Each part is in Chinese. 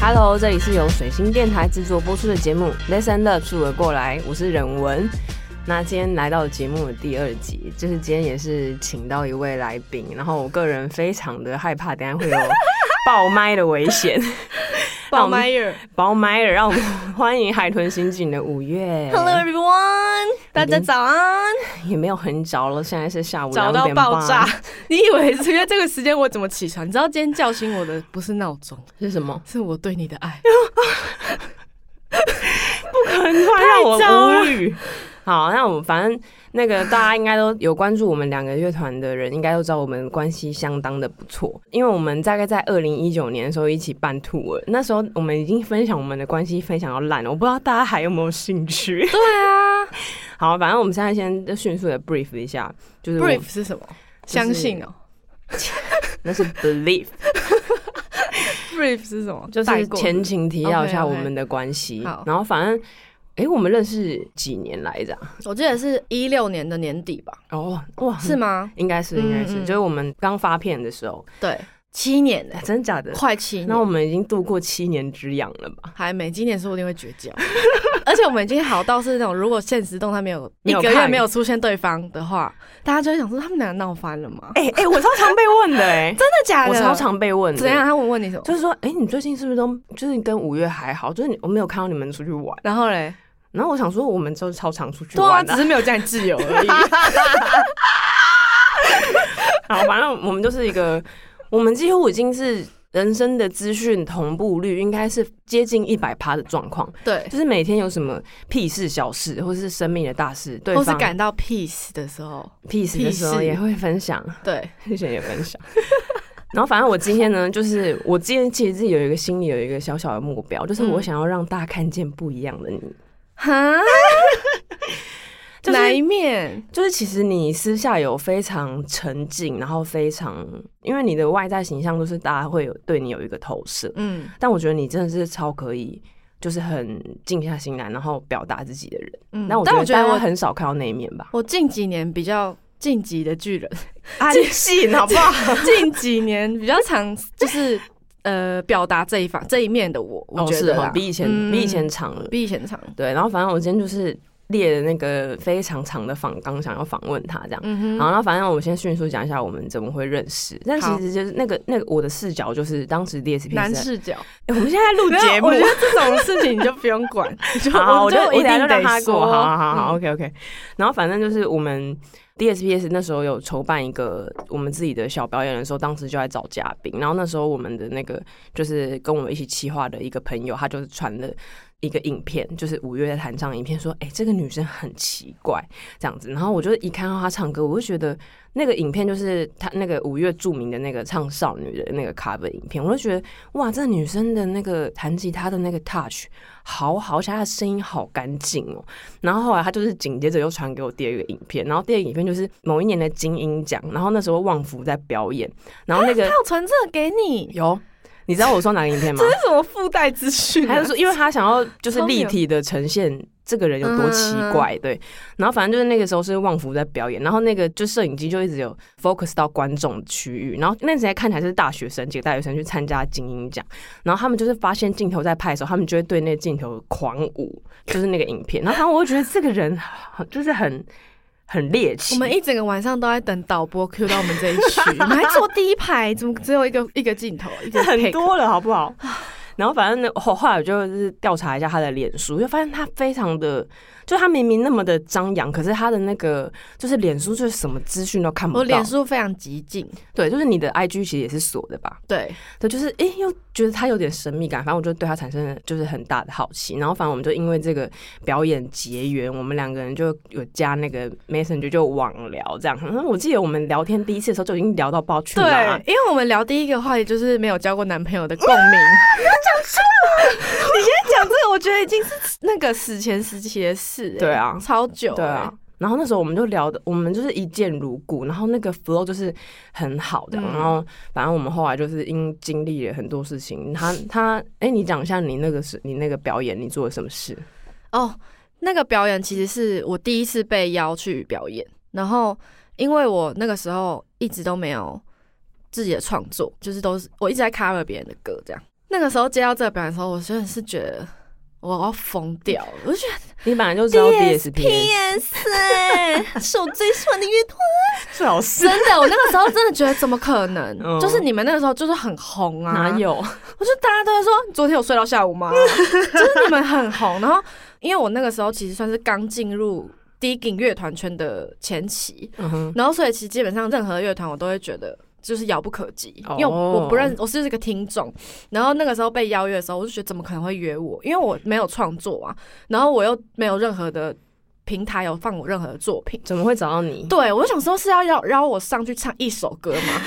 Hello，这里是由水星电台制作播出的节目《Listen Love 出了过来》，我是忍文。那今天来到节目的第二集，就是今天也是请到一位来宾，然后我个人非常的害怕，等一下 会有爆麦的危险。鲍麦尔爆麦了，让我们欢迎海豚刑警的五月。 ，Hello everyone，大家早安，也没有很早了，现在是下午早到2点半爆炸！ 你以为是因为这个时间我怎么起床？你知道今天叫醒我的不是闹钟，是什么？是我对你的爱。很快让糟我了无语。好，那我们反正那个大家应该都有关注我们两个乐团的人，应该都知道我们关系相当的不错，因为我们大概在二零一九年的时候一起办 tour，那时候我们已经分享我们的关系分享到烂了，我不知道大家还有没有兴趣。 对啊好，反正我们现在先就迅速的 brief 一下，就是我们 ，brief 是什么？相信哦那是 believe， ，brief 是什么？就是带过前情提要一下 OK，OK 我们的关系好然后反正。诶，我们认识几年来着啊？我记得是一六年的年底吧？哦，哇，是吗？应该是，应该是，嗯嗯就是我们刚发片的时候，对，七年呢哎，真假的？快七那我年，们已经度过七年之痒了吧？还没，今年说不定会绝交。 而且我们已经好到是那种，如果现实动态没有没一有个月看没有出现对方的话，大家就会想说他们两个闹翻了吗？哎、哎、我超常被问的哎、 真真的假我超常被问的。怎样？？他问问你什么？就是说，哎、你最近是不是都就是跟五月还好？就是你我没有看到你们出去玩，然后嘞，然后我想说，我们都超常出去对啊，玩只的、是没有叫你自由而已。好，反正我们就是一个， 我们几乎已经是人生的资讯同步率应该是接近一百趴的状况， 对，就是每天有什么屁事、小事，或是生命的大事，对或是方感到 peace 的时候，屁事的时候屁事也会分享。对，谢谢你的分享。 然后，反正我今天呢，就是我今天其实自己有一个心里有一个小小的目标，就是我嗯想要让大家看见不一样的你。哈，就是哪一面？就是其实你私下有非常沉静，然后非常，因为你的外在形象都是大家会有对你有一个投射，嗯，但我觉得你真的是超可以，就是很静下心来，然后表达自己的人。嗯那、我但我觉觉得大得家我很少看到那一面吧，我近几年比较晋级的巨人， 安静好不好？ 近几年比较常就是呃表达这一方这一面的我，我哦，觉是得哦啦，比以前、嗯比以前长了。比以前长。对，然后反正我今天就是列了那个非常长的访纲，想要访问他这样。嗯好，哼，那反正我们先迅速讲一下我们怎么会认识。但其好实就是那个那个我的视角就是当时 DSP 是在男视角诶哎我们现在录没有节目我，觉得这种事情你就不用 管，你就好，我就就一我等下定就让他得过，说，好好好好嗯，OK OK。然后反正就是我们 DSPS 那时候有筹办一个我们自己的小表演的时候，当时就在找嘉宾。然后那时候我们的那个就是跟我们一起企划的一个朋友，他就是传了。一个影片就是五月在弹唱的影片，说：“哎、这个女生很奇怪，这样子。”然后我就一看到她唱歌，我就觉得那个影片就是她那个五月著名的那个唱少女的那个 cover 影片，我就觉得哇，这女生的那个弹吉他的那个 touch 好好，而且她的声音好干净哦。然后后来她就是紧接着又传给我第二个影片，然后第二个影片就是某一年的金鹰奖，然后那时候旺福在表演，然后那个他有传这个给你，有，你知道我说哪个影片吗这？是什么附带资讯啊？他就说，因为他想要就是荒立谬体的呈现这个人有多奇怪，嗯对。然后反正就是那个时候是旺福在表演，然后那个就摄影机就一直有 focus 到观众区域，然后那时间看起来是大学生几个大学生去参加金鹰奖，然后他们就是发现镜头在拍的时候，他们就会对那个镜头狂舞，就是那个影片。然后反正我就觉得这个人很就是很很猎奇，我们一整个晚上都在等导播 Q 到我们这 一区，我们还坐第一排，怎么只有一个一个镜头，一个 take？很多了，好不 好？然后反正呢，后后来我就是调查一下他的脸书，就发现他非常的，就他明明那么的张扬，可是他的那个就是脸书就是什么资讯都看不到。我哦脸书非常激进，对，就是你的 IG 其实也是锁的吧？对，对，就是诶，又觉得他有点神秘感，反正我就对他产生了就是很大的好奇。然后反正我们就因为这个表演结缘，我们两个人就有加那个 Messenger 就网聊这样。然后我记得我们聊天第一次的时候就已经聊到不知道去哪，因为我们聊第一个话题就是没有交过男朋友的共鸣。 你要 讲出来，你现在讲这个，我觉得已经是那个史前时期的事、欸，对啊超久、欸对啊，，然后那时候我们就聊的，我们就是一见如故，然后那个 flow 就是很好的。嗯然后反正我们后来就是因经历了很多事情， 他他哎，你讲一下你那个是你那个表演你做了什么事？哦，那个表演其实是我第一次被邀去表演，然后因为我那个时候一直都没有自己的创作，就是都是我一直在 cover 别人的歌这样。那个时候接到这个表演的时候，我真的是觉得我要疯掉了，我就觉得你本来就知道啊 DSP， DSPS 是我最喜欢的乐团。啊最好是 真的，我那个时候真的觉得怎么可能？ 嗯就是你们那个时候就是很红啊，哪？有？我就大家都在说，昨天有睡到下午吗？ 就是你们很红。然后，因为我那个时候其实算是刚进入 digging 乐团圈的前期，嗯哼，然后所以其实基本上任何乐团我都会觉得。就是遥不可及，哦因为我我不认，我是一个听众。然后那个时候被邀约的时候，我就觉得怎么可能会约我？因为我没有创作啊，然后我又没有任何的平台有放我任何的作品，怎么会找到你？对，我就想说是要邀邀我上去唱一首歌 嘛，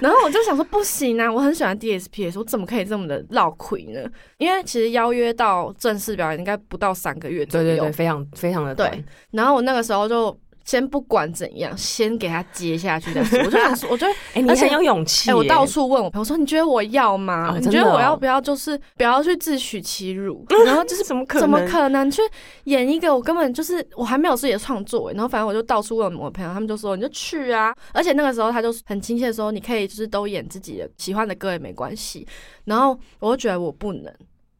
然后我就想说不行啊，我很喜欢 DSP，我怎么可以这么的绕亏呢？因为其实邀约到正式表演应该不到三个月左对右，对对，非常非常的对短，然后我那个时候就先不管怎样，先给他接下去再说。我就想说，我 就哎，你而且很有勇气哎、耶，我到处问我朋友说，你觉得我要吗？哦你真觉的得我哦要不要？就是不要去自取其 辱，然后就是怎么可能？怎么可能去演一个我根本就是我还没有自己的创作欸、然后反正我就到处问我朋友，他们就说你就去啊。而且那个时候他就很亲切地说，你可以就是都演自己的喜欢的歌也没关系。然后我就觉得我不能，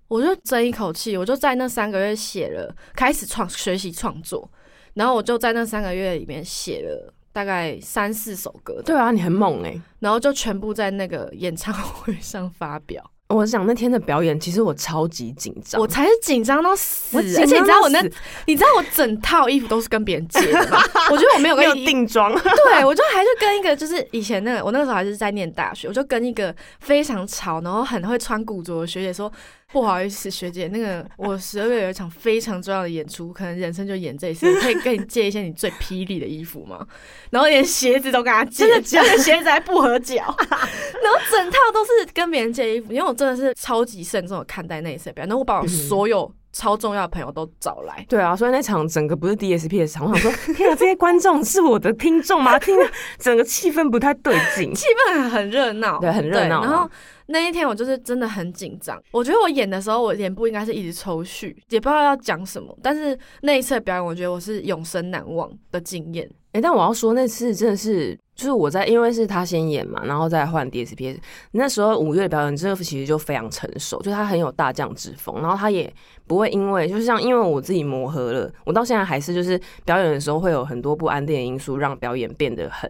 我就争一口气，我就在那三个月写了，开始创学习创作，然后我就在那三个月里面写了。大概三四首歌，对啊，你很猛哎、然后就全部在那个演唱会上发 表。我想那天的表演，其实我超级紧张，我才是紧张到死，欸我紧而且张你知道我那到死你知道我整套衣服都是跟别人借的吗？我觉得我没有没跟有一，定妆，对我就还是跟一个，就是以前那个我那个时候还是在念大学，我就跟一个非常潮，然后很会穿古着的学姐说，不好意思，学姐，那个我十二月有一场非常重要的演出，可能人生就演这一次，我可以跟你借一些你最霹雳的衣服吗？然后连鞋子都跟他借，真的假的那个鞋子还不合脚，然后整套都是跟别人借衣服，因为我真的是超级慎重的看待那一次的表演，然后我把我所有超重要的朋友都找来。对啊，所以那场整个不是 DSP 的场，我想说，天啊，这些观众是我的听众吗？ 听着整个气氛不太对劲，气氛 很热闹，对很热闹啊然后那一天我就是真的很紧张，我觉得我演的时候，我脸部应该是一直抽搐，也不知道要讲什么。但是那一次的表演，我觉得我是永生难忘的经验。哎、但我要说那次真的是，就是我在因为是他先演嘛，然后再换 DSP。那时候五月的表演，真的其实就非常成熟，就他很有大将之风，然后他也不会因为就是像因为我自己磨合了，我到现在还是就是表演的时候会有很多不安定的因素，让表演变得很。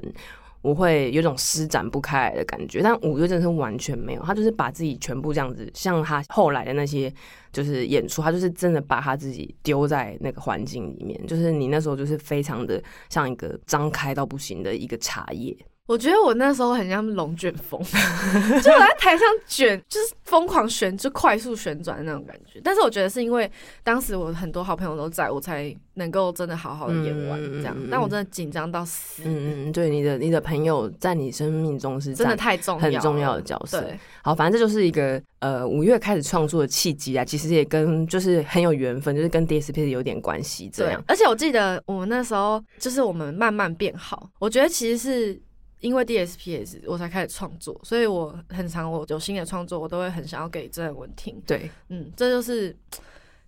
我会有种施展不开来的感觉，但五月真的是完全没有，他就是把自己全部这样子，像他后来的那些就是演出，他就是真的把他自己丢在那个环境里面，就是你那时候就是非常的像一个张开到不行的一个茶叶。我觉得我那时候很像龙卷 风，就我在台上卷， 就是疯狂旋，就快速旋转的那种感觉。但是我觉得是因为当时我很多好朋友都在，我才能够真的好好的演完嗯这样嗯嗯。但我真的紧张到死，嗯嗯，对，你的你的朋友在你生命中是真的占太重要，很重要的。角色。对，好，反正这就是一个呃五月开始创作的契机啊，其实也跟就是很有缘分，就是跟 DSP 有点关系这对样。，而且我记得我们那时候就是我们慢慢变好，我觉得其实是因为 DSPS 我才开始创作，所以我很常我有新的创作，我都会很想要给真人文听。对，嗯，这就是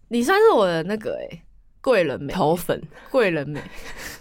你算是我的那个哎、贵人美，头粉。贵人美，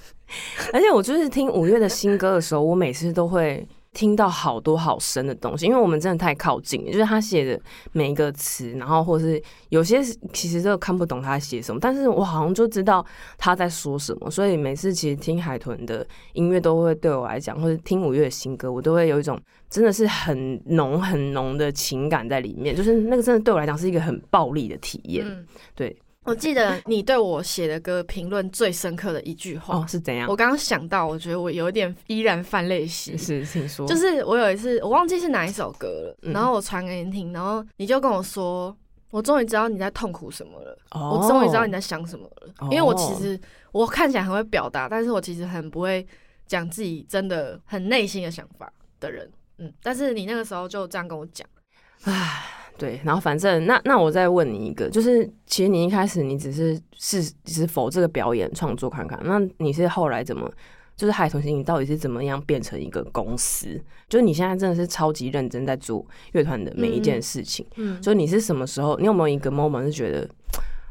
而且我就是听五月的新歌的时候，我每次都会听到好多好深的东西，因为我们真的太靠近了，就是他写的每一个词，然后或是有些其实都看不懂他写什么，但是我好像就知道他在说什么，所以每次其实听海豚的音乐都会对我来讲，或者听五月的新歌，我都会有一种真的是很浓很浓的情感在里面，就是那个真的对我来讲是一个很暴力的体验。嗯，对。我记得你对我写的歌评论最深刻的一句话，哦，是怎样我？刚刚想到，我觉得我有点依然泛泪洗。是，请说。就是我有一次，我忘记是哪一首歌了，嗯然后我传给你听，然后你就跟我说，我终于知道你在痛苦什么了，哦，我终于知道你在想什么了。哦因为我其实我看起来很会表达，但是我其实很不会讲自己真的很内心的想法的人。嗯，但是你那个时候就这样跟我讲，对，然后反正那那我再问你一个，就是其实你一开始你只是是是否这个表演创作看看，那你是后来怎么？就是海豚星，你到底是怎么样变成一个公司？就是你现在真的是超级认真在做乐团的每一件事情。嗯，就你是什么时候？你有没有一个 moment 是觉得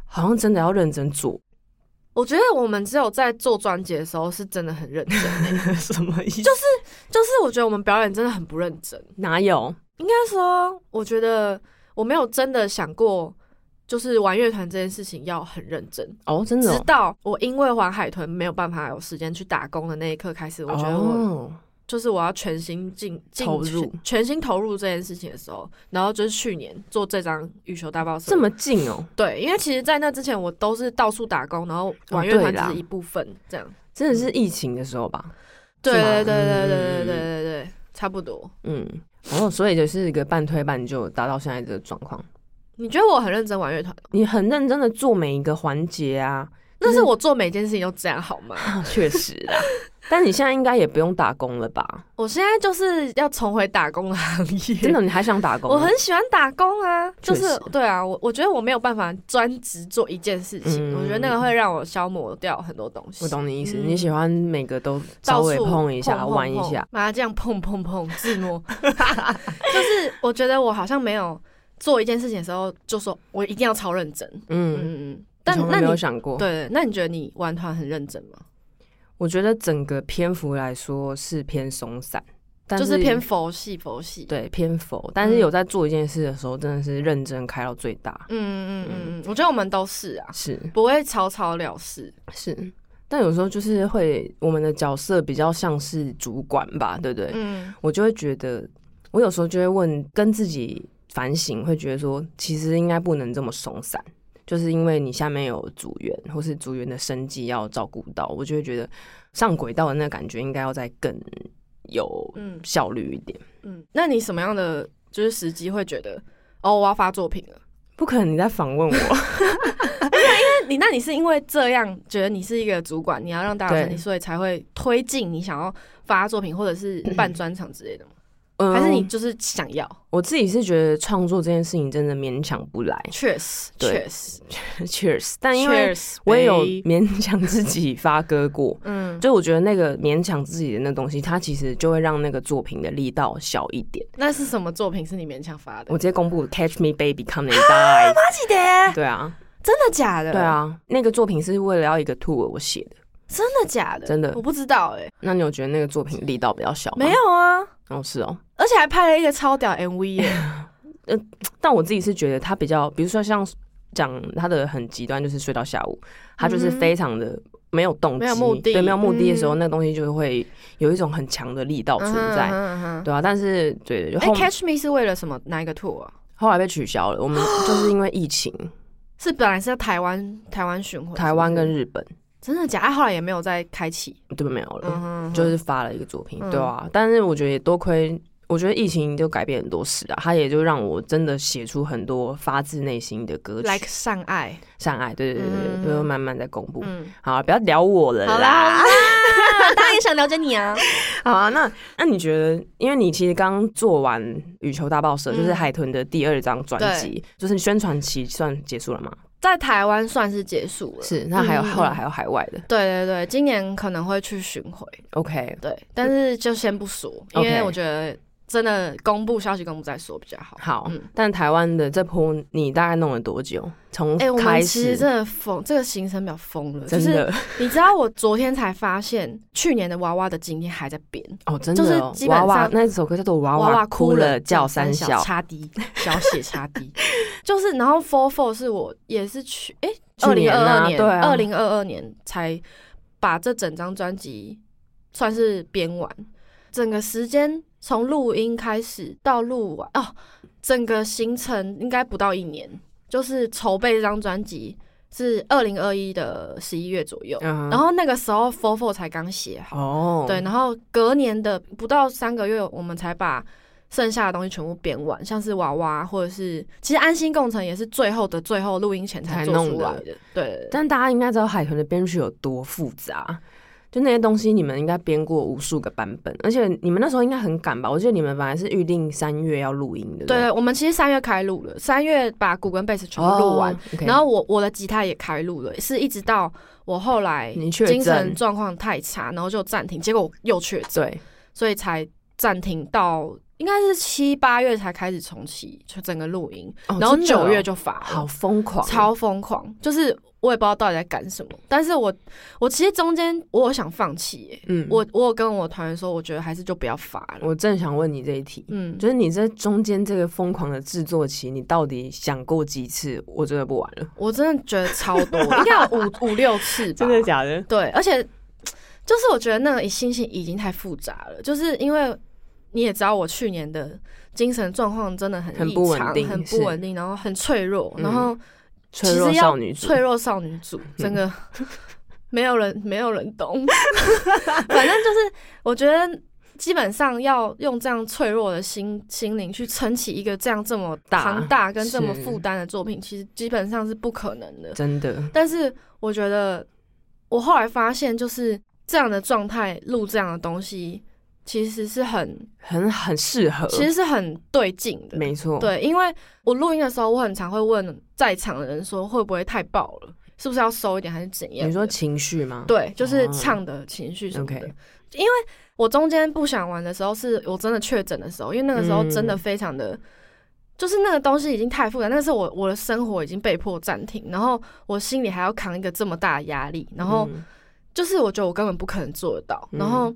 好像真的要认真做？ 我觉得我们只有在做专辑的时候是真的很认真， 什么意思？就是就是我觉得我们表演真的很不认真。哪有？应该说，我觉得我没有真的想过，就是玩乐团这件事情要很认真。哦，真的直哦，到我因为玩海豚没有办法有时间去打工的那一刻开始，我觉得我哦就是我要全心进进投入全全心投入这件事情的时候，然后就是去年做这张羽球大爆社这么近哦，对，因为其实，在那之前我都是到处打工，然后哦玩乐对团啦只是一部分这样。真的是疫情的时候吧？对是吗对对对对对嗯对对对，差不多。嗯，哦，所以就是一个半推半就达到现在的状况。你觉得我很认真玩乐团，你很认真的做每一个环节 啊，但是我做每件事情都这样好吗？确实啊啦。 但你现在应该也不用打工了吧？我现在就是要重回打工的行业，真的，你还想打工？我很喜欢打工啊，就确是实对啊，我我觉得我没有办法专职做一件事情，嗯我觉得那个会让我消磨掉很多东西。我懂你意思，嗯你喜欢每个都稍到微处碰一下、碰玩一下，，麻将碰碰碰，自摸， 就是我觉得我好像没有做一件事情的时候，就说我一定要超认真。嗯，嗯嗯，但从那来没你有想过。对，那你觉得你玩团很认真吗？我觉得整个篇幅来说是偏松散，但就是偏嗯佛系佛系。，对偏佛，但是有在做一件事的时候，真的是认真开到最大，嗯嗯嗯嗯，我觉得我们都是啊，是不会草草了事。是。但有时候就是会，我们的角色比较像是主管吧，对不对？嗯我就会觉得，我有时候就会问，跟自己反省，会觉得说，其实应该不能这么松散，就是因为你下面有组员，或是组员的生计要照顾到，我就会觉得上轨道的那个感觉应该要再更有嗯效率一点。嗯，那你什么样的就是时机会觉得哦，我要发作品了？不可能你在访问我，那你那你是因为这样觉得你是一个主管，你要让大家对生气，所以才会推进你想要发作品或者是办专场之类的吗？嗯还是你就是想要？我自己是觉得创作这件事情真的勉强不来 确实，对确实， ，Cheers！但因为我也有勉强自己发歌过，嗯，就我觉得那个勉强自己的那东西，它其实就会让那个作品的力道小一点。那是什么作品是你勉强发的？我直接公布《Catch Me Baby Come and Die》 记得，对啊，真的假的？对，啊，那个作品是为了要一个 tour 我写的。真的假的？真的我不知道哎、那你有觉得那个作品力道比较小吗？没，有啊，哦是哦。而且还拍了一个超屌 MV 耶、但我自己是觉得它比较，比如说像讲它的很极端，就是睡到下午，它就是嗯哼非常的没有动机，没有目的对，没有目的的时候，嗯那个东西就会有一种很强的力道存在。嗯哼嗯哼嗯哼对啊，但是对，就哎、后、 c a t c h Me 是为了什么？哪一个 tour？、啊、后来被取消了。我们就是因为疫情，是本来是在台湾台湾巡回，台湾是不跟是日本真的假的？哎，后来也没有再开启。对没有了。嗯哼，就是是发了一个作品，嗯对啊。但是我觉得也多亏，我觉得疫情就改变很多事啊，它也就让我真的写出很多发自内心的歌曲。 like 上爱。善爱，对对对对嗯对，就、慢慢在公布。嗯，好，不要聊我了好啦，啦。大家也想了解你啊。好啊，那那你觉得，因为你其实刚做完《羽球大报社》嗯就是海豚的第二张专辑，就是宣传期算结束了吗？在台湾算是结束了。是，那还有、嗯后来还有海外的。对对对，今年可能会去巡回， OK，对，但是就先不说，因 OK 为我觉得真的公布消息公布再说比较好。好。嗯但台湾的这波你大概弄了多久？从哎、我开们其实始，真的疯，这个行程表疯了，就真是的你知道，我昨天才发现去年的娃娃的今天还在变，哦，真就是的哦、基本娃娃上那首歌叫做《娃娃娃哭了叫叫三小，小》，差低， 小写差低，就是然后 Four Four 是我也是去哎，二去零年二啊二年，对啊二零二二年才把这整张专辑算是编完，整个时间从录音开始到录完哦，整个行程应该不到一年，就是筹备这张专辑是二零二一的十一月左右，嗯然后那个时候 Four Four 才刚写好。哦，对，，然后隔年的不到三个月，我们才把剩下的东西全部编完，像是娃娃或者是，其实安心共程也是最后的最后录音前才才做弄出的来的。对，但大家应该知道海豚的编曲有多复杂，就那些东西你们应该编过无数个版本，而且你们那时候应该很赶吧？我记得你们本来是预定三月要录音的，对啊不对，我们其实三月开录了，三月把鼓跟贝斯全部哦录完， OK 然后我我的吉他也开录了，是一直到我后来你确精神诊，状况太差，然后就暂停，结果我又确诊，对，所以才暂停到。应该是七八月才开始重启，就整个录音，哦然后真的九哦月就发了，好疯狂，超疯狂，就是我也不知道到底在赶什么。但是我我其实中间我有想放弃、耶嗯，我我有跟我团员说，我觉得还是就不要发了。我正想问你这一题，嗯，就是你在中间这个疯狂的制作期，你到底想过几次？我真的不玩了，我真的觉得超 多，应该有五五六次吧。假的？对，而且就是我觉得那个心情已经太复杂了，就是因为你也知道我去年的精神状况真的很很异不稳常定很不是稳定，然后很脆弱，然嗯后其脆实弱要少女嗯组，脆弱少女组，真的没有人没有人懂。 反正就是我觉得。基本上要用这样脆弱的心心灵去撑起一个这样这么大庞大跟这么是负担的作品，其实基本上是不可能的。真的，但是我觉得，我后来发现，就是这样的状态录这样的东西，其实是很，很很适合，其实是很对劲的。没错，对，因为我录音的时候，我很常会问在场的人说，会不会太爆了，是不是要收一点，还是怎样的？你说哦情绪吗？对，就是哦唱的情绪什么的。 OK 因为我中间不想玩的时候，是我真的确诊的时候，因为那个时候真的嗯非常的，就是那个东西已经太复杂，但是我我的生活已经被迫暂停，然后我心里还要扛一个这么大的压力，然后嗯就是我觉得我根本不可能做得到，嗯然后。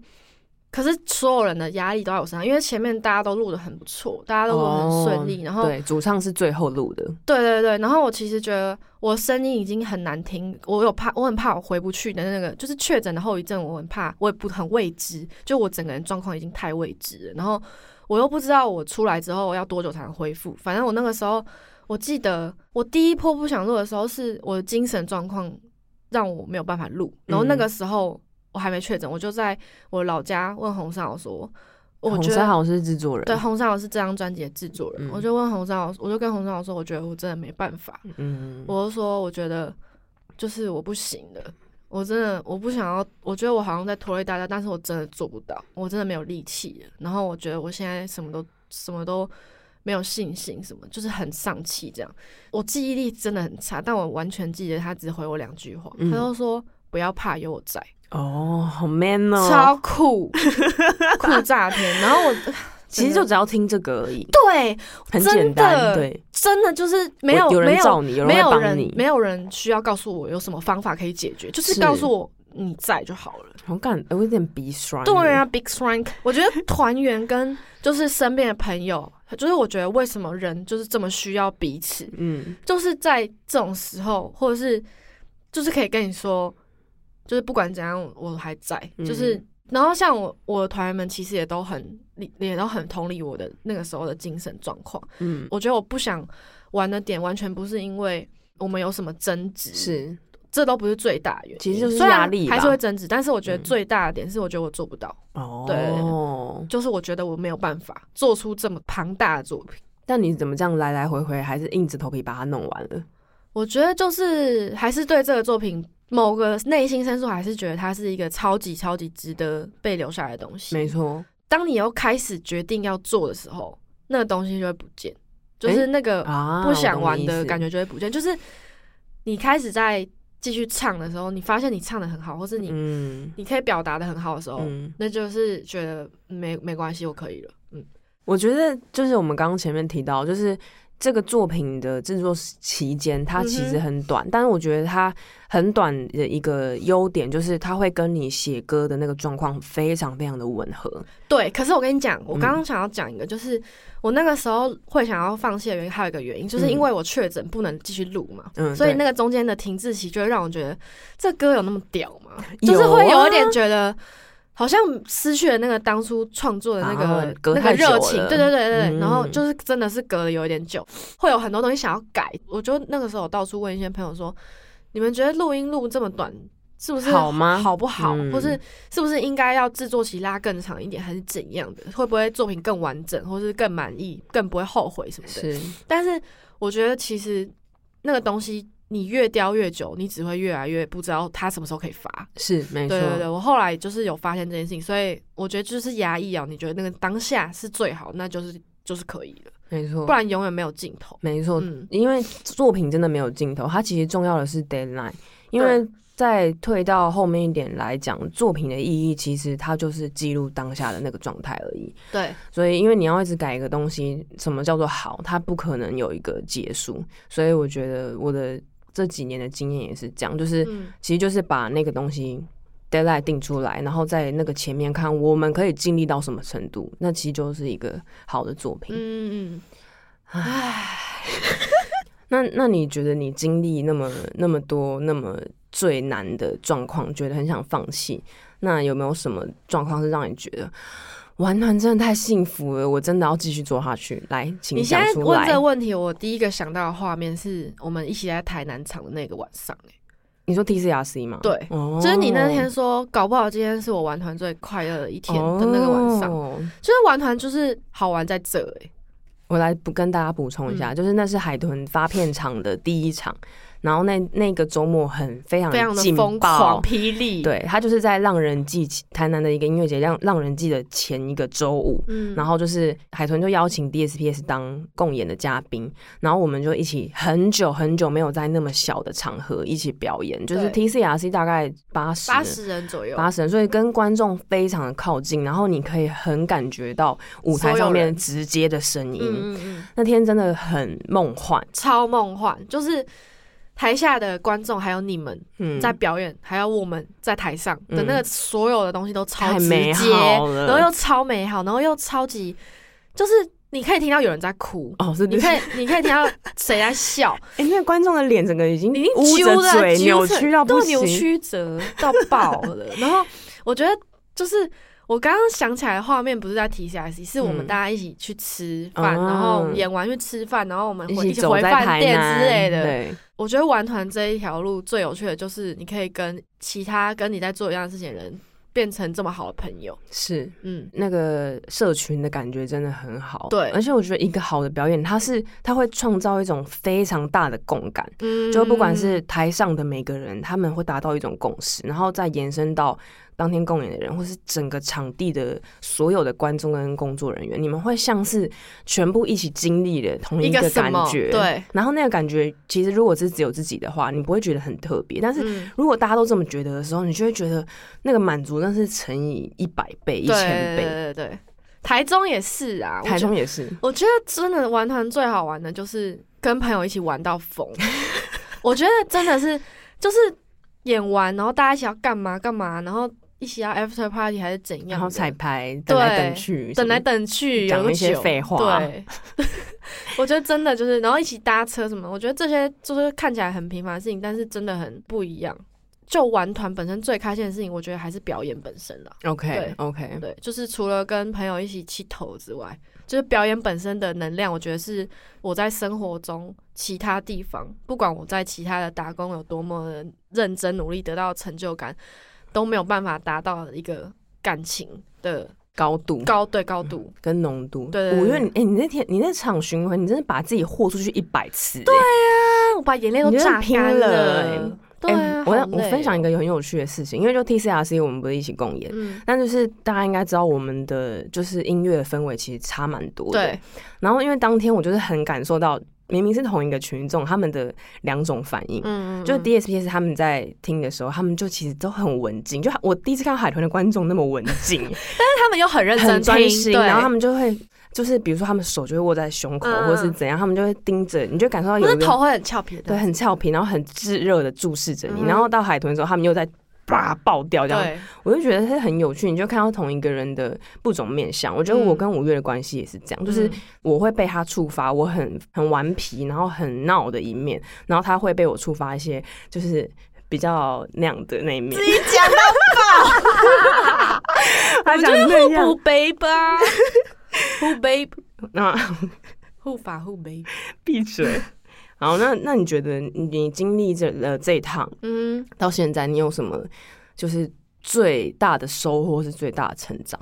可是所有人的压力都在我身上，因为前面大家都录的很不错，大家都录的很顺利，哦然后对主唱是最后录的，对对对，然后我其实觉得我声音已经很难听，我有怕，我很怕我回不去的那个，就是确诊的后遗症，我很怕，我也不很未知，就我整个人状况已经太未知了，然后我又不知道我出来之后要多久才能恢复，反正我那个时候，我记得我第一波不想录的时候，是我的精神状况让我没有办法录，然后那个时候我还没确诊，我就在我老家问洪尚老说，我洪觉山得。好像是制作人，对，洪尚老师这张专辑的制作人，嗯我就问洪尚老师，我就跟洪尚老师说，我觉得我真的没办法，嗯，我就说我觉得就是我不行的，我真的我不想要，我觉得我好像在拖累大家，但是我真的做不到，我真的没有力气了。然后我觉得我现在什么都什么都没有信心，什么就是很丧气这样。我记忆力真的很差，但我完全记得他只回我两句话，嗯他就说。不要怕，有我在，哦，好 man 哦，超 酷，酷炸天！然后我 其实就只要听这个而已，对，很真简单，的对，真的就是没我有有没人有罩你，有人没会有帮人你，没有人需要告诉我有什么方法可以解决，就是是告诉我你在就好了。好感我有点鼻酸，对啊，，Big Frank，我觉得团员跟就是身边的朋友，就是我觉得为什么人就是这么需要彼此，嗯，就是在这种时候，或者是就是可以跟你说，就是不管怎样我还在，嗯就是。然后像我，我的团员们其实也都很理，也都很同理我的那个时候的精神状况。嗯，我觉得我不想玩的点，完全不是因为我们有什么争执，是，这都不是最大原因，其实就是虽然压力吧还是会争执，但是我觉得嗯最大的点是，我觉得我做不到，哦，就是我觉得我没有办法做出这么庞大的作品。但你怎么这样来来回回，还是硬着头皮把它弄完了？我觉得就是还是对这个作品某个内心深处，还是觉得它是一个超级超级值得被留下来的东西。没，错，当你又开始决定要做的时候，那个东西就会不见，就是诶那个啊，不想玩的觉。感觉就会不见。就是你开始在继续唱的时候，你发现你唱的很好，或是你、嗯你可以表达的很好的时候，嗯，那就是觉得没没关系，我可以了。嗯，我觉得就是我们刚刚前面提到，就是这个作品的制作期间，它其实嗯哼很短，但是我觉得它很短的一个优点就是它会跟你写歌的那个状况非常非常的吻合。对。可是我跟你讲，我嗯刚刚想要讲一个，就是我那个时候会想要放弃的原因，还有一个原因，就是因为我确诊不能继续录嘛。嗯，所以对那个中间的停滞期，就会让我觉得这歌有那么屌吗？ 有就是会有啊一点觉得，好像失去了那个当初创作的那个啊、隔那个太久热情。了对对对对，嗯对然后就是真的是隔了有一点久，会有很多东西想要改。我就那个时候我到处问一些朋友说，你们觉得录音录这么短是不是好吗好不好，嗯或是是不是应该要制作期拉更长一点，还是怎样的？会不会作品更完整，或是更满意，更不会后悔什么的？是但是我觉得其实那个东西。你越雕越久，你只会越来越不知道它什么时候可以发。是没错对，对对，我后来就是有发现这件事情，所以我觉得就是压抑啊，你觉得那个当下是最好，那就是就是可以的，没错不，然永远没有尽头。没错，嗯，因为作品真的没有尽头，它其实重要的是 deadline。因为再退到后面一点来讲，作品的意义其实它就是记录当下的那个状态而已。对，所以，因为你要一直改一个东西，什么叫做好，它不可能有一个结束。所以，我觉得我的这几年的经验也是这样，就是、嗯其实就是把那个东西 deadline 定出来，然后在那个前面看我们可以尽力到什么程度，那其实就是一个好的作品。嗯嗯， 那那你觉得你经历那么那么多那么最难的状况，觉得很想放弃，那有没有什么状况是让你觉得玩团真的太幸福了，我真的要继续做下去？来，请你现讲在出问来这个。问题，我第一个想到的画面是我们一起在台南场的那个晚上、欸，你说 T C R C 吗？对哦，就是你那天说，搞不好今天是我玩团最快乐的一天的那个晚上，哦就是玩团就是好玩在这、欸，我来补跟大家补充一嗯下，就是那是海豚发片场的第一场，然后那那个周末很非常非常的劲疯爆狂，霹雳，，对，它就是在浪人季台南的一个音乐节，浪浪人季的前一个周五，嗯然后就是海豚就邀请 DSPS 当共演的嘉宾，然后我们就一起很久很久没有在那么小的场合一起表演，就是对 TCRC 大概八十八十人左右，八十人，所以跟观众非常的靠近，然后你可以很感觉到舞台所有上面人直接的声音。嗯嗯嗯，那天真的很梦幻，超梦幻，就是台下的观众还有你们嗯，在表演，还有我们在台上的那个所有的东西都超太直美接，好然后了。又超美好，然后又超级，就是你可以听到有人在哭。哦，是你你可看，以，你可以听到谁在笑，哎、那个观众的脸整个已经已经捂揪着了嘴，揪扭成曲到不都行，扭曲折到爆了。然后我觉得就是我刚刚想起来的画面，不是在 T C I C，是我们嗯大家一起去吃饭，啊然后演完去吃饭，然后我们一回起一起走回在饭台店南之类的。对，我觉得玩团这一条路最有趣的就是你可以跟其他跟你在做一样的事情的人变成这么好的朋友。是嗯，那个社群的感觉真的很好。对而且我觉得一个好的表演，它是它会创造一种非常大的共感，嗯就不管是台上的每个人，他们会达到一种共识，然后再延伸到当天共演的人，或是整个场地的所有的观众跟工作人员，你们会像是全部一起经历了同一个个什感么觉。。对，然后那个感觉，其实如果是只有自己的话，你不会觉得很特别，但是嗯如果大家都这么觉得的时候，你就会觉得那个满足那是乘以一百倍、一对千对倍。对对对，台中也是啊，我台觉中也是，我觉得真的玩团最好玩的就是跟朋友一起玩 到疯。我觉得真的是就是演完，然后大家一起要干嘛干嘛，然后一起要 after party 还是怎样的，然后彩排等来等去，等来等去，讲有个一些酒废话对， 我觉得真的就是，然后一起搭车什么，我觉得这些就是看起来很平凡的事情，但是真的很不一样。就玩团本身最开心的事情，我觉得还是表演本身啦。 OK 对 OK，对，就是除了跟朋友一起气头之外，就是表演本身的能量，我觉得是我在生活中其他地方，不管我在其他的打工有多么的认真努力得到成就感，都没有办法达到的一个感情的高度高对高度。跟浓度。对对对五月你哎，你那天你那场巡回，你真的把自己豁出去一百次。对，啊，我把眼泪都你真的榨拼干了了欸。对啊哎，我要好我累分享一哦，个很有趣的事情，因为就 TCRC 我们不是一起共演。嗯，但就是大家应该知道，我们的就是音乐氛围其实差蛮多的。对，然后因为当天我就是很感受到，明明是同一个群众，他们的两种反应。嗯，嗯就嗯 DSPS 他们在听的时候，他们就其实都很文静。就我第一次看到海豚的观众那么文 静，他们又很认很真专听心，对然后他们就会就是比如说他们手就会握在胸口，嗯或是怎样，他们就会盯着，你就感受到不有是一个头会很俏皮的，对很俏皮，然后很炙热的注视着你。嗯然后到海豚的时候，他们又在叭爆掉这样对，我就觉得是很有趣，你就看到同一个人的不同面相。我觉得我跟五月的关系也是这样，就是嗯我会被他触发我很很顽皮，然后很闹的一面，然后他会被我触发一些就是。比较那样的那一 面，你讲到他我讲们那就互样，补 杯吧，互杯那护法互杯。闭嘴。好，那那你觉得你你经历这了这一趟嗯，到现在，你有什么就是最大的收获，是最大的成长？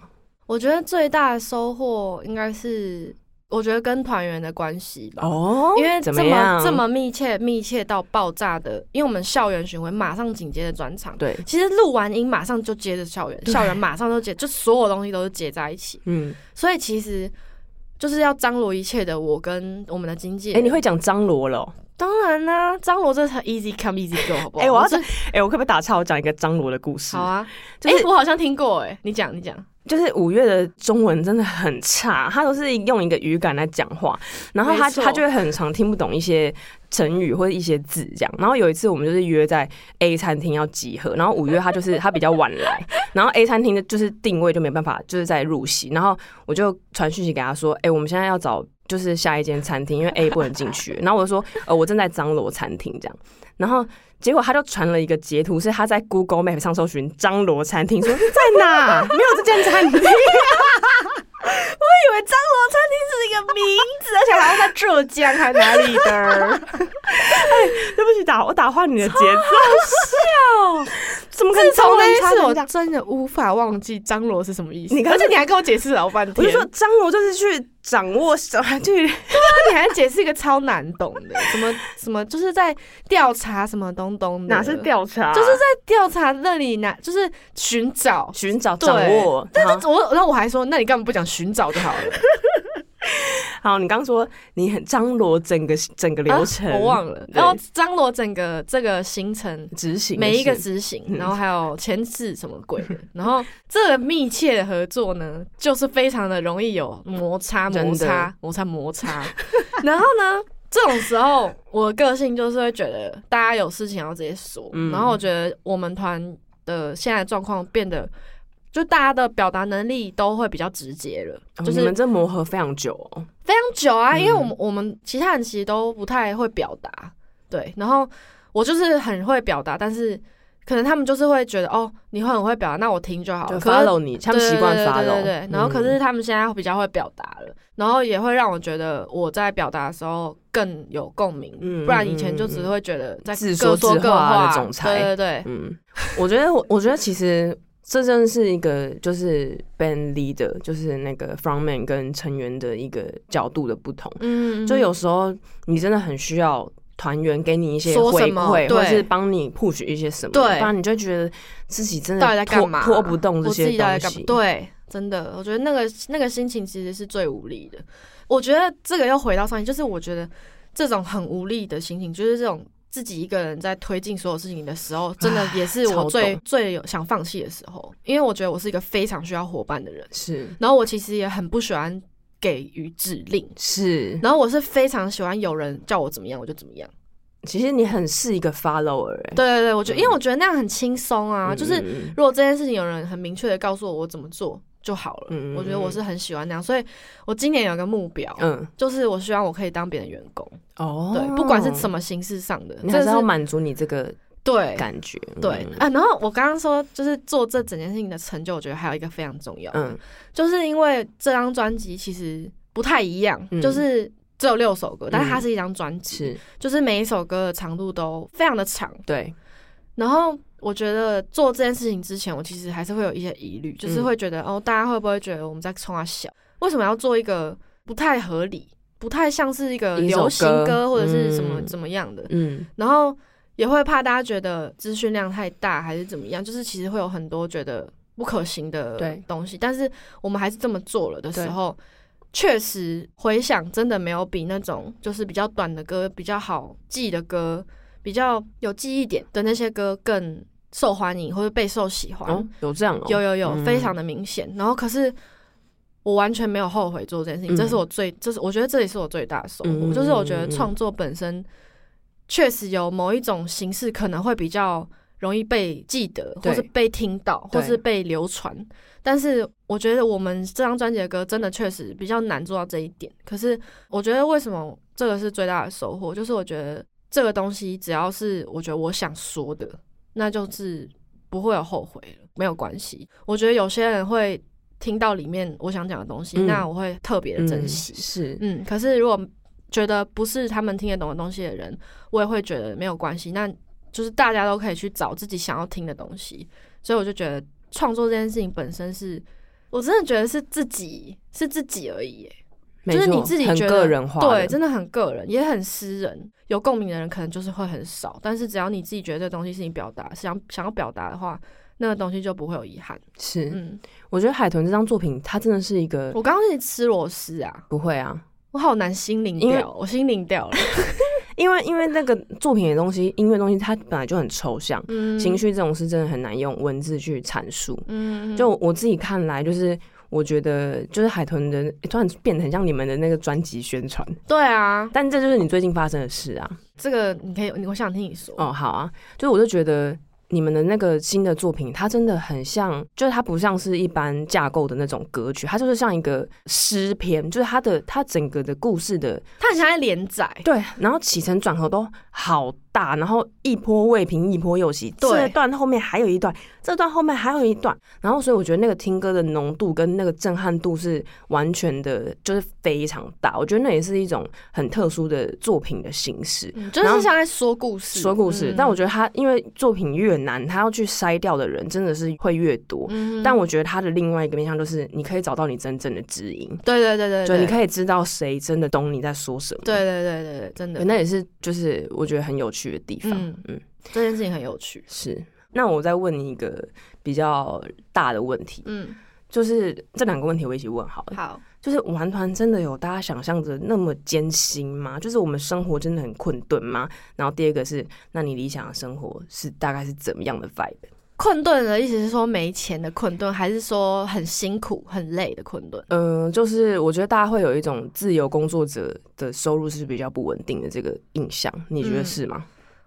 我觉得最大的收获应该是，我觉得跟团员的关系吧。哦因为这怎么样？这么密切、密切到爆炸的，因为我们校园巡回马上紧接着专场，对，其实录完音马上就接着校园，对校园马上就接，就所有东西都是结在一起，嗯，所以其实就是要张罗一切的。我跟我们的经纪哎、人，你会讲张罗了哦、当然啦、张罗这才 easy come easy go，好不好？哎我要这哎、我可不可以打岔？我讲一个张罗的故事。好啊，就是诶我好像听过、诶你讲，你讲，就是五月的中文真的很差，他都是用一个语感来讲话，然后他没错他就会很常听不懂一些成语或者一些字这样。然后有一次我们就是约在 A 餐厅要集合，然后五月他就是他比较晚来， 然后 A 餐厅的就是定位就没办法就是在入席，然后我就传讯息给他说，哎、我们现在要找。就是下一间餐厅，因为 A 不能进去。 然后我就说，呃，我正在张罗餐厅这样。然后结果他就传了一个截图，是他在 Google Map 上搜寻张罗餐厅，说在 哪？没有这间餐厅。以为张罗餐厅是一个名字，而且好像在浙江还哪里的。对不起，打我打坏你的节奏， 怎么可能自张 从罗那一次，餐我厅？真的无法忘记张罗是什么意思。你刚而且你还跟我解释老半我天，就说张罗就是去掌握什么，就是那你还解释一个超难懂的，什么什么，就是在调查什么东东的，调查就就是是在调查那里拿，就是寻找。寻找对掌握。但好是我，然后我还说，那你干嘛不讲寻找就好了？好，你刚说你很张罗整个整个流程，啊我忘了。对然后张罗整个这个行程，执行的每一个事执行，嗯然后还有前置什么鬼的， 然后这个密切的合作呢，就是非常的容易有摩擦、真的摩擦、摩擦、摩擦。然后呢，这种时候我的个性就是会觉得大家有事情要直接说，嗯然后我觉得我们团的现在的状况变得。就大家的表达能力都会比较直接了，哦就你是们这磨合非常久哦，非常久啊，嗯因为我们我们其他人其实都不太会表达，对，然后我就是很会表达，但是可能他们就是会觉得哦，你会很会表达，那我听就好就了。可是 follow 你，他们习惯对对 follow，对对对。然后可是嗯他们现在比较会表达了，然后也会让我觉得我在表达的时候更有共鸣，嗯不然以前就只嗯嗯会觉得在自各说说自各话的话。总裁对对对，嗯，我觉得我我觉得其实这真的是一个就是 band leader，就是那个 frontman 跟成员的一个角度的不同。嗯，嗯就有时候你真的很需要团员给你一些说回什么馈，对或是帮你 push 一些什么，对不然你就觉得自己真到底的嗯在拖干嘛？拖不动这我自些己到东底在干嘛西。？，对，真的，我觉得那个那个心情其实是最无力的。我觉得这个又回到上一，就是我觉得这种很无力的心情，就是这种自己一个人在推进所有事情的时候，真的也是超我最懂最有想放弃的时候，因为我觉得我是一个非常需要伙伴的人，是然后我其实也很不喜欢给予指令。是，然后我是非常喜欢有人叫我怎么样我就怎么样，其实你很是一个 follower，欸对对对，我觉得因为我觉得那样很轻松啊，就是嗯如果这件事情有人很明确的告诉我我怎么做就好了，嗯我觉得我是很喜欢那样，所以我今年有个目标，嗯就是我希望我可以当别人员工，哦，对，不管是怎么，么形式上的，你还这是要是满足你这个对感觉，对嗯啊。然后我刚刚说就是做这整件事情的成就，我觉得还有一个非常重要，嗯，就是因为这张专辑其实不太一样，嗯就是。只有六首歌，但是它嗯是一张专辑，是就是每一首歌的长度都非常的长，对，然后我觉得做这件事情之前，我其实还是会有一些疑虑，嗯就是会觉得、哦，大家会不会觉得我们在冲啊小？为什么要做一个不太合理、不太像是一个一首流行歌歌或者是什么、嗯怎么样的？嗯然后也会怕大家觉得资讯量太大还是怎么样，就是其实会有很多觉得不可行的对东西。但是我们还是这么做了的时候，确实回想真的没有比那种就是比较短的歌、比较好记的歌、比较有记忆点的那些歌更受欢迎或者备受喜欢。哦，有这样哦，有有有，嗯非常的明显。然后可是我完全没有后悔做这件事情，嗯这是我最，这是我觉得这也是我最大的收获，嗯就是我觉得创作本身确实有某一种形式可能会比较。容易被记得，对或是被听到，对或是被流传。但是我觉得我们这张专辑的歌真的确实比较难做到这一点。可是我觉得为什么这个是最大的收获，就是我觉得这个东西只要是我觉得我想说的，那就是不会有后悔了，没有关系。我觉得有些人会听到里面我想讲的东西，嗯那我会特别的珍惜。是嗯可是如果觉得不是他们听得懂的东西的人，我也会觉得没有关系。那就是大家都可以去找自己想要听的东西，所以我就觉得创作这件事情本身是。我真的觉得是自己是自己而已耶，没就是你错自己很觉得个人化的，对，真的很个人，也很私人。有共鸣的人可能就是会很少，但是只要你自己觉得这东西是你表达想想要表达的话，那个东西就不会有遗憾。是嗯，我觉得海豚这张作品，它真的是一个我刚刚是吃螺丝啊，不会啊，我好难心灵因为掉，我心灵掉了。因为因为那个作品的东西，音乐东西，它本来就很抽象，嗯 情绪这种事真的很难用文字去阐述。嗯就我自己看来，就是我觉得就是海豚的、诶突然变得很像你们的那个专辑宣传，对啊，但这就是你最近发生的事啊。这个你可以，我想听你说。哦，好啊，就是我就觉得你们的那个新的作品，它真的很像，就是它不像是一般架构的那种歌曲，它就是像一个诗篇，就是它的它整个的故事的他很像在连载，对，然后起承转合都好大，然后一波未平一波又起，对这段后面还有一段，这段后面还有一段，然后所以我觉得那个听歌的浓度跟那个震撼度是完全的，就是非常大，我觉得那也是一种很特殊的作品的形式。嗯就是像在说故事，说故事，嗯但我觉得他因为作品越难，他要去筛掉的人真的是会越多。嗯但我觉得他的另外一个面向就是，你可以找到你真正的知音，对对对对就对，你可以知道谁真的懂你在说什么。对对对对对，真的对，，那也是就是我觉得很有趣的地方。嗯嗯，这件事情很有趣。是。那我再问你一个比较大的问题，嗯，就是这两个问题我一起问好了。好，就是玩团真的有大家想象着那么艰辛吗？就是我们生活真的很困顿吗？然后第二个是，那你理想的生活是大概是怎么样的 vibe？困顿的意思是说没钱的困顿，还是说很辛苦、很累的困顿？嗯、就是我觉得大家会有一种自由工作者的收入是比较不稳定的这个印象，你觉得是吗？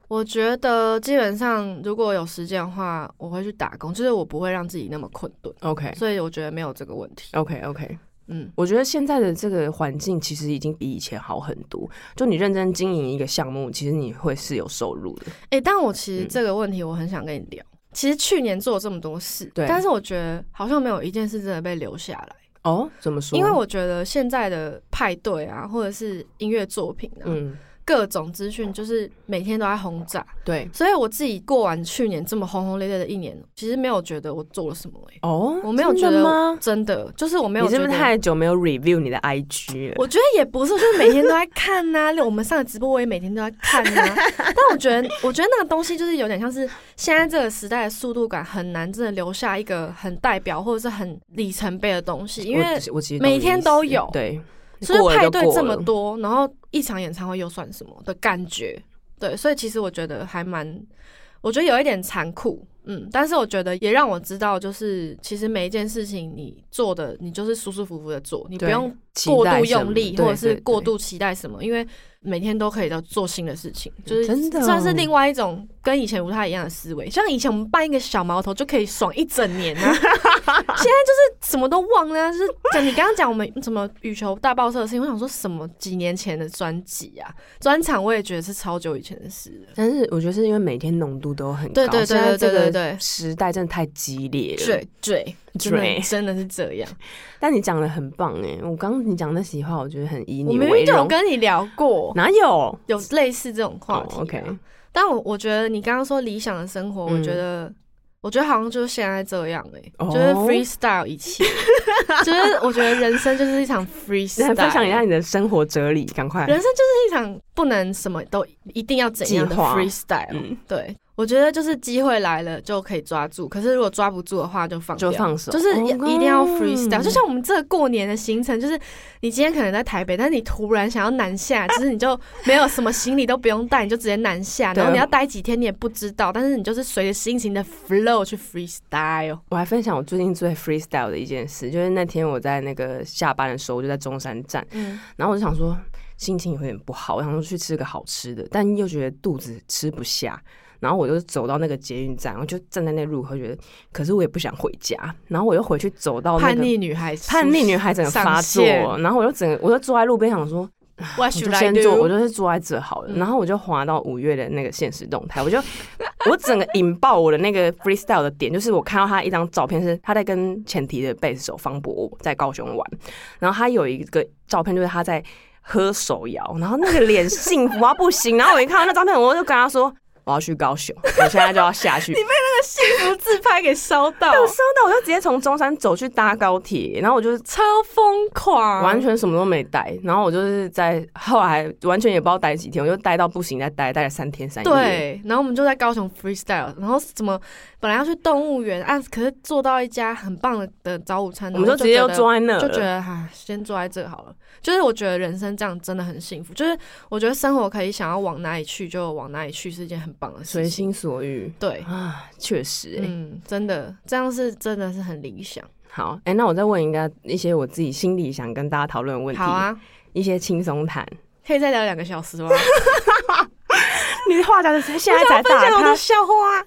我觉得基本上如果有时间的话，我会去打工，就是我不会让自己那么困顿， OK 所以我觉得没有这个问题。 OK OK，嗯，我觉得现在的这个环境其实已经比以前好很多。就你认真经营一个项目，其实你会是有收入的。诶，但我其实嗯这个问题我很想跟你聊。其实去年做了这么多事，对但是我觉得好像没有一件事真的被留下来，哦，怎么说？因为我觉得现在的派对啊，或者是音乐作品啊，嗯，各种资讯就是每天都在轰炸，对所以我自己过完去年这么轰轰烈烈的一年，其实没有觉得我做了什么、欸，哦，我没有真觉的得吗？真的就是我没有你觉是得不是太久没有 review 你的 IG 了？我觉得也不是，就是每天都在看呐、 我们上的直播我也每天都在看呐、但我觉得，我觉得那个东西就是有点像是现在这个时代的速度感很难真的留下一个很代表或者是很里程碑的东西，因为我我其实每天都有懂你的意思对，所以过了派就对过这么了，多，然后一场演唱会又算什么的感觉？对，所以其实我觉得还蛮，我觉得有一点残酷，嗯，但是我觉得也让我知道，就是其实每一件事情你做的，你就是舒舒服服的做，你不对用期过待度什么用力对或者是对对过度期待什么，因为每天都可以到做新的事情，就是真的算是哦另外一种跟以前不太一样的思维。像以前我们办一个小毛头就可以爽一整年啊，现在就是什么都忘了啊、就是讲你刚刚讲我们什么羽球大爆社的事情，我想说什么几年前的专辑啊，专场我也觉得是超久以前的事了。但是我觉得是因为每天浓度都很高，对对对现在这对对个对时代真的太激烈了。对对，真的对真的是这样。但你讲的很棒哎，我刚刚你讲那席话，我觉得很以我你明为明就有荣。跟你聊过，哪有？有类似这种话题啊、哦，OK 但我我觉得你刚刚说理想的生活，嗯我觉得。我觉得好像就是现在这样哎、哦就是 freestyle 一切， 就是我觉得人生就是 一场 freestyle。来分享一下你的生活哲理，赶快。人生就是一场不能什么都一定要怎样的计划 freestyle、嗯对，我觉得就是机会来了就可以抓住，可是如果抓不住的话就放掉就放手就是一一定要哦 freestyle。就像我们这个过年的行程，就是你今天可能在台北，但是你突然想要南下，就是你就没有什么行李都不用带，你就直接南下，对啊然后你要待几天你也不知道，但是你就是随着心情的 flow 去 freestyle。我还分享我最近最 freestyle 的一件事，就是那天我在那个下班的时候，我就在中山站，嗯，然后我就想说心情有点不好，我想说去吃个好吃的，但又觉得肚子吃不下。然后我就走到那个捷运站，我就站在那路口，觉得，可是我也不想回家。然后我又回去走到那叛个逆女孩，叛逆女孩整个发作上线，然后我就整个我就坐在路边想说， ，What 我 should 就 I 先做，我 do？就是坐在这好了。嗯然后我就滑到五月的那个现实动态，我就我整个引爆我的那个 freestyle 的点，就是我看到他一张照片是他在跟前提的贝斯手方博武在高雄玩，然后他有一个照片就是他在。喝手摇，然后那个脸幸福啊不行，然后我一看到那张照片，我就跟他说：“我要去高雄，我现在就要下 去。不自拍给烧 到，我烧到，我就直接从中山走去搭高铁，然后我就是超疯狂，完全什么都没带，然后我就是在后来完全也不知道待几天，我就待到不行，再待待了三天三夜。，对，然后我们就在高雄 freestyle，然后怎么本来要去动物园啊，可是坐到一家很棒的的早午餐，我们就直接然就后坐在那觉得 就觉 了。得唉，先坐在这好了。就是我觉得人生这样真的很幸福，就是我觉得生活可以想要往哪里去就往哪里去是一件很棒的事随情。心所欲对，啊，确实、欸。嗯，真的这样是真的是很理想。好，哎、那我再问一个一些我自己心里想跟大家讨论的问题，好啊，一些轻松 谈。可以再聊两个小时吗？你的话讲的 现在才分打享我开的。笑话。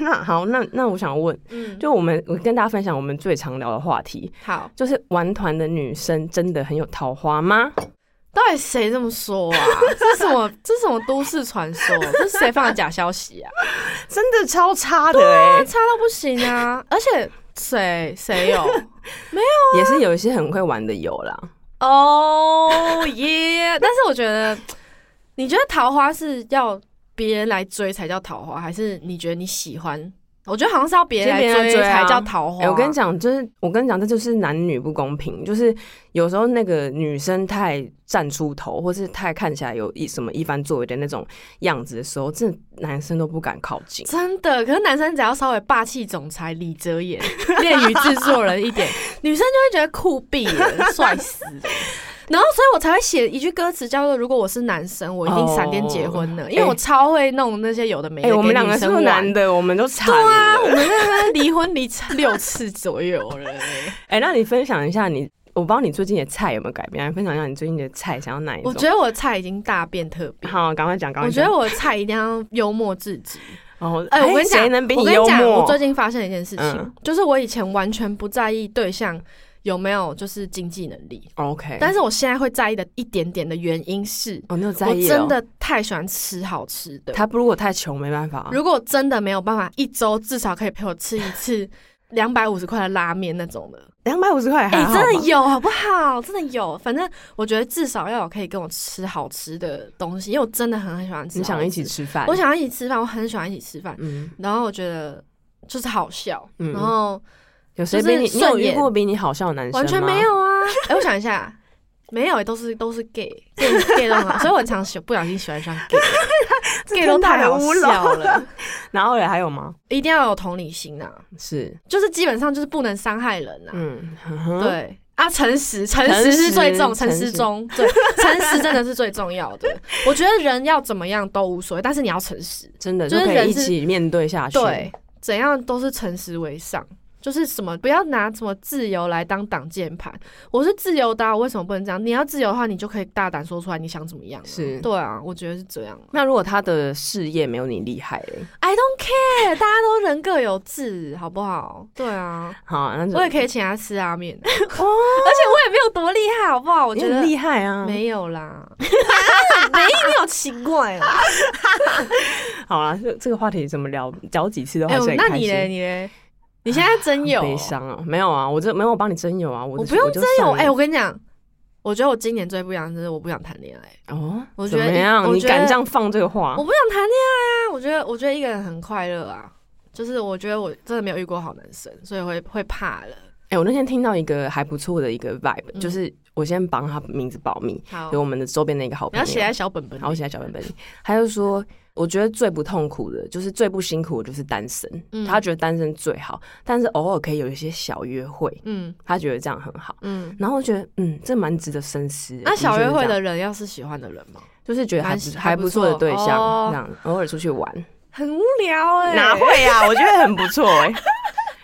那好，那那我想问，嗯，就我们我跟大家分享我们最常聊的话题，好。就是玩团的女生真的很有桃花吗？到底谁这么说啊？ 这是什么？这是什么都市传 说？这是谁放的假消息啊？真的超差的哎、差到不行啊！而且谁谁有？也是有一些很会玩的有啦。哦耶！但是我觉得，你觉得桃花是要别人来追才叫桃花，还是你觉得你喜欢？我觉得好像是要别人先别人来来追追啊才叫桃花。哎、我跟你，讲，就是我跟你讲，这就是男女不公平，就是有时候那个女生太站出头，或是太看起来有一什么一番作为的那种样子的时候，这男生都不敢靠近。真的，可是男生只要稍微霸气总裁李哲言、 恋与制作人一点，女生就会觉得酷毙了，帅死了。然后，所以我才会写一句歌词叫做“如果我是男生，我一定闪电结婚的”，因为我超会弄那些有的没哦哎、的。我们两个是不是男的，的，我们都惨对啊，了。 我们那边 离婚离 六次左右了。哎、那你分享一下你，我不知道你最近的菜有没有改变，你分享一下你最近的菜想要哪一种？我觉得我的菜已经大变特变。好，赶快讲，赶我快觉讲。得我的菜一定要幽默至极。哦，哎、我跟你讲，谁能比我你跟幽你讲，我默？最近发现一件事情，嗯就是我以前完全不在意对象有没有就是经济能力， OK，但是我现在会在意的一点点的原因是，哦，你有在我意、哦、真，的太喜欢吃好吃的。他如果太穷没办法。啊如果真的没有办法一周至少可以陪我吃一次两百五十块的拉面那种的，两百五十块还哎、好吧、真的有好不好？真的有，反正我觉得至少要有可以跟我吃好吃的东西，因为我真的很很喜欢吃。你想一起？吃饭？我想要一起吃饭，我很喜欢一起吃饭。嗯，然后我觉得就是好笑，嗯然后有谁就比是你？你有顺遇眼过比你好笑的男生吗？完全没。有啊！哎、我想一下，没有、都是都是 gay gay gay 都很好，所以我很常喜不小心喜欢上 gay，gay 都啊太好笑了， 然后嘞，还有吗？一定要有同理心啊，是，就是基本上就是不能伤害人啊，嗯，呵呵，对。啊，诚实，诚诚实是最重，实诚诚实实中，对， 诚实真的是最重要 的。我觉得人要怎么样都无所谓，但是你要诚实，真的就就是可人以一是起面对下去。对，，怎样都是诚实为上，就是什么不要拿什么自由来当挡箭牌。我是自由的啊、我为什么不能这样？你要自由的话，你就可以大胆说出来你想怎么样、啊。是对啊，我觉得是这样啊、那如果他的事业没有你厉害嘞， I don't care，大家都人各有志，好不好？对啊，好，那就 我也可以请他吃拉面， 而且我也没有多厉害，好不好？我你觉很得厉害啊。没 有啦，你好嗯奇怪哦。 好啦，这这个话题怎么聊？聊几次都还哎、是很那开你嘞，心。你嘞，你现在真有、好悲伤啊，没有啊，我这没有我帮你征友啊，我我我不用征真有。哎、我跟你讲，我觉得我今年最不一样的就是我不想谈恋爱。哦，我怎觉得么一样？我你觉得敢这样放这个话我？不想谈恋爱啊！我觉得，我觉得一个人很快乐啊。就是我觉得我真的没有遇过好男生，所以会会怕了。哎，我那天听到一个还不错的一个 vibe，嗯就是我先帮他名字保密，好有，我们的周边的一个好朋你要友。写在小本本里。然后写在小本本里。他就说，我觉得最不痛苦的，就是最不辛苦的就是单身。嗯他觉得单身最好，但是偶尔可以有一些小约会，嗯他觉得这样很好。嗯，然后我觉得，嗯，这蛮值得深思的。那小约会的确是这样，的人要是喜欢的人吗？就是觉得还蛮不还还不不错的错对象，哦这样偶尔出去玩，很无聊哎、哪会啊？我觉得很不错哎。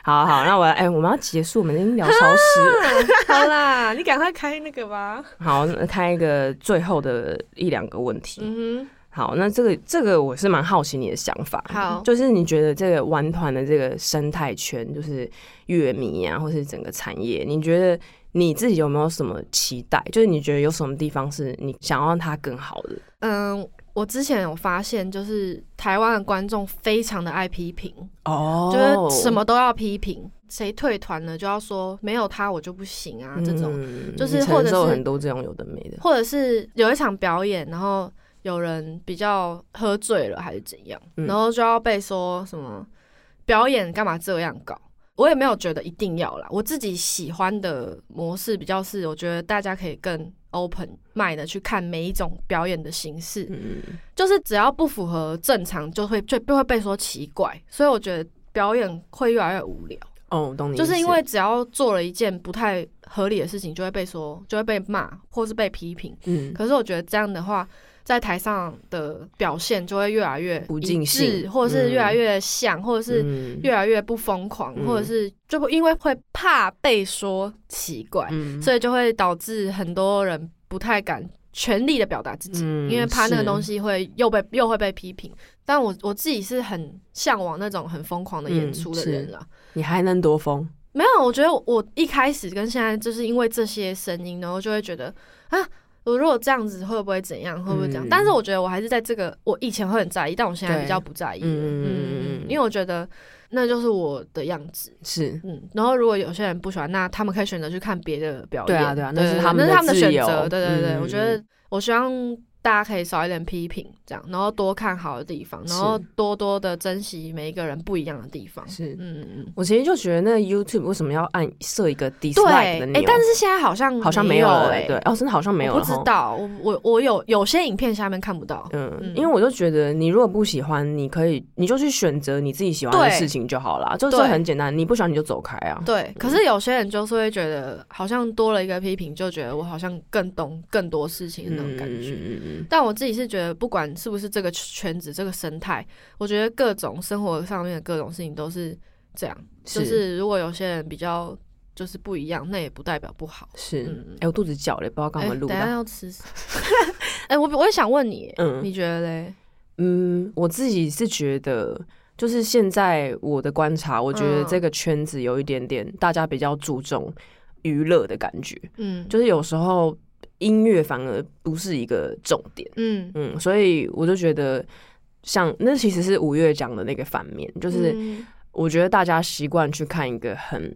好好，那我哎、我们要结束，我们已经聊超时 了。好啦，你赶快开那个 吧。好，那开一个最后的一两个问题。嗯好，那这个这个我是蛮好奇你的想法。好就是你觉得这个玩团的这个生态圈，就是乐迷啊，或是整个产业，你觉得你自己有没有什么期待？就是你觉得有什么地方是你想要让它更好的？哼，嗯，我之前有发现，就是台湾的观众非常的爱批评，哦就是什么都要批评，谁退团了就要说没有他我就不行啊这种。嗯就是你或承者受是很多这种有的没的。或者是有一场表演，然后。有人比较喝醉了还是怎样，嗯然后就要被说什么表演干嘛这样搞。我也没有觉得一定要啦，我自己喜欢的模式比较是，我觉得大家可以更 open mind 的去看每一种表演的形式，嗯，就是只要不符合正常，就会就就会被说奇怪。所以我觉得表演会越来越无聊，哦，我懂你意就思，是因为只要做了一件不太合理的事情，就会被说，就会被骂，或是被批评。嗯，可是我觉得这样的话，在台上的表现就会越来越不一尽致兴或者是越来越像，或者是是越来越不疯狂，嗯或者是就不因为会怕被说奇怪，嗯所以就会导致很多人不太敢全力的表达自己。嗯因为怕那个东西西会又被又会被批评。但我我自己是很向往那种很疯狂的演嗯出的是人啦。你还能多疯，没有，我觉得我一开始跟现在就是因为这些声音，然后就会觉得啊。我如果这样子会不会怎样？会不会怎样？嗯但是我觉得我还是在这个，我以前会很在意，但我现在比较不在意了。对嗯嗯嗯嗯嗯嗯，因为我觉得那就是我的样子。是嗯，然后如果有些人不喜欢，那他们可以选择去看别的表对演。啊对啊那是对他们的那是他们的选自由择。对对对，嗯我觉得我希望大家可以少一点批评，这样，然后多看好的地方，然后是多多的珍惜每一个人不一样的地方。是嗯，嗯嗯，我其实就觉得那 YouTube 为什么要按设一个对， dislike 的哎、钮？但是现在好像好像没有了，哎、对，哦，真的好像没有我了不哈。知道，我我我有有些影片下面看不到。嗯，嗯因为我就觉得，你如果不喜欢，你可以，你就去选择你自己喜欢的对事情就好啦。就是对很简单，你不喜欢你就走开啊。对，可是有些人就是会觉得，好像多了一个批评，就觉得我好像更懂更多事情的那种感觉。嗯嗯但我自己是觉得，不管是不是这个圈子、这个生态，我觉得各种生活上面的各种事情都是这样。就是是如果有些人比较就是不一样，那也不代表不好。是。哎、嗯我肚子绞了，不知道刚哎刚有没有录等一下到。要吃什么？ 哎、我我也想问你，嗯你觉得嘞？嗯，我自己是觉得。就是现在我的观察，我觉得嗯这个圈子有一点点，大家比较注重娱乐的感觉，嗯，就是有时候音乐反而不是一个重点。嗯，嗯，所以我就觉得像那其实是五月讲的那个反面，就是嗯我觉得大家习惯去看一个很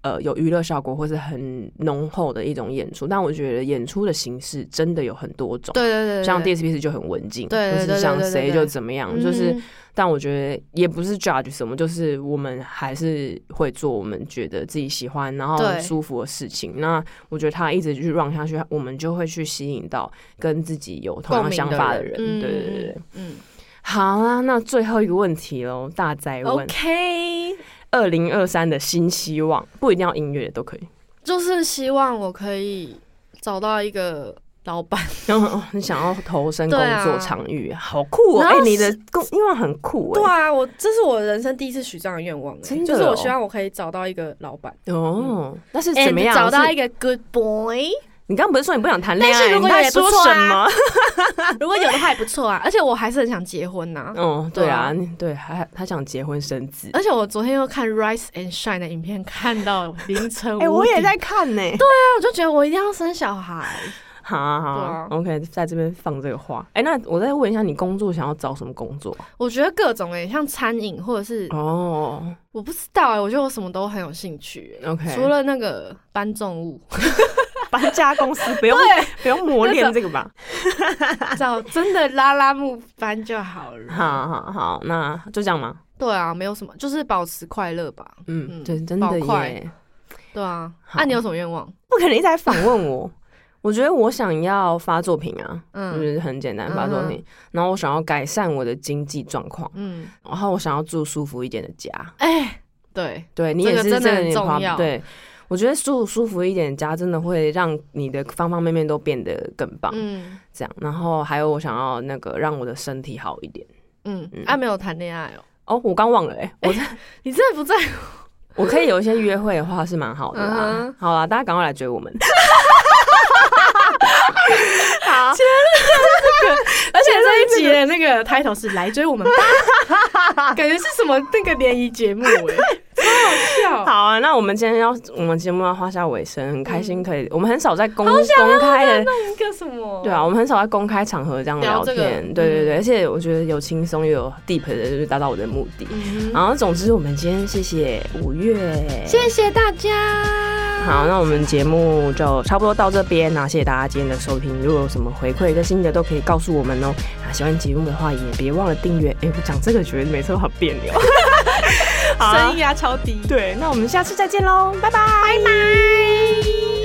呃有娱乐效果或是很浓厚的一种演出，但我觉得演出的形式真的有很多种。对对对对，像对 DSP 就很文静，对对就对是像对对对谁对就怎么样，就是，嗯但我觉得也不是 judge 什么，就是我们还是会做我们觉得自己喜欢然后对舒服的事情。那我觉得他一直去 run 下去，我们就会去吸引到跟自己有同样想法的人。嗯对对对对。嗯好啦，那最后一个问题喽，大灾问： ，OK，二零二三的新希望，不一定要音乐都可以。 就是希望我可以找到一个老板，然后哦你想要投身工对啊作场域，好酷哦！然哎、后你的是工因为很酷哎、对啊，我这是我人生第一次许这样的愿望、欸，真的就是哦我希望我可以找到一个老板，哦，那是怎么样？ And 哎找到是一个 good boy，你刚刚不是说你不想谈恋爱？但是如果你在有也不说错啊什么？如果有的话也不错啊。而且我还是很想结婚呐、哦，对对啊，哎啊你对，还他想结婚生子。而且我昨天又看《Rise and Shine》的影片，看到凌晨 哎五点，看呢、对，对啊，我就觉得我一定要生小孩。好好对，OK，在这边放这个话。哎、那我再问一下，你工作想要找什么工作？啊我觉得各种哎、像餐饮或者是哦我不知道哎、我觉得我什么都很有兴趣、欸。 ，OK，除了那个搬 重物， 搬家公司， 不用不用磨练这个吧？找真的拉拉木搬就好了。好好好，那就这样嘛。对啊，没有什么，就是保持快乐吧。嗯，嗯对，真保的快耶，对啊，好那、你有什么愿望？不可能一直在访问我。 我觉得我想要发作品啊，就嗯是很简单发作品。然后我想要改善我的经济状况，嗯，然后我想要住舒服一点的家。哎、对，对你这也个是真的很你重花要对，我觉得舒舒服一点家真的会让你的方方面面都变得更棒。嗯这样，然后还有我想要那个让我的身体好一点。嗯嗯，啊，没有谈恋爱哦，哦，我刚忘了哎、我在你真的 不在乎我可以有一些约会的话是蛮好的啦。嗯哼好啦，大家赶快来追我们。好，而且这一集的那个 title 是“来追我们吧”， 感觉是什么那个联谊节目哎、 超好笑。好啊，那我们今天要我们节目要画下尾声，很开嗯心可以，我们很少在公公开的一个什么？对啊，，我们很少在公开场合这样聊聊这天，个对对嗯对，而且我觉得有轻松又有 deep 的，就是达到我的目的。嗯哼，然后，总之，我们今天谢谢五月，谢谢大家。好，那我们节目就差不多到这边啦、谢谢大家今天的收听。如果有什么回馈跟心得，都可以告诉我们哦。啊，喜欢节目的话，也别忘了订阅。哎、我讲这个觉得每次都好别扭。好啊 声音压超低。对，那我们下次再见喽，拜拜，拜拜。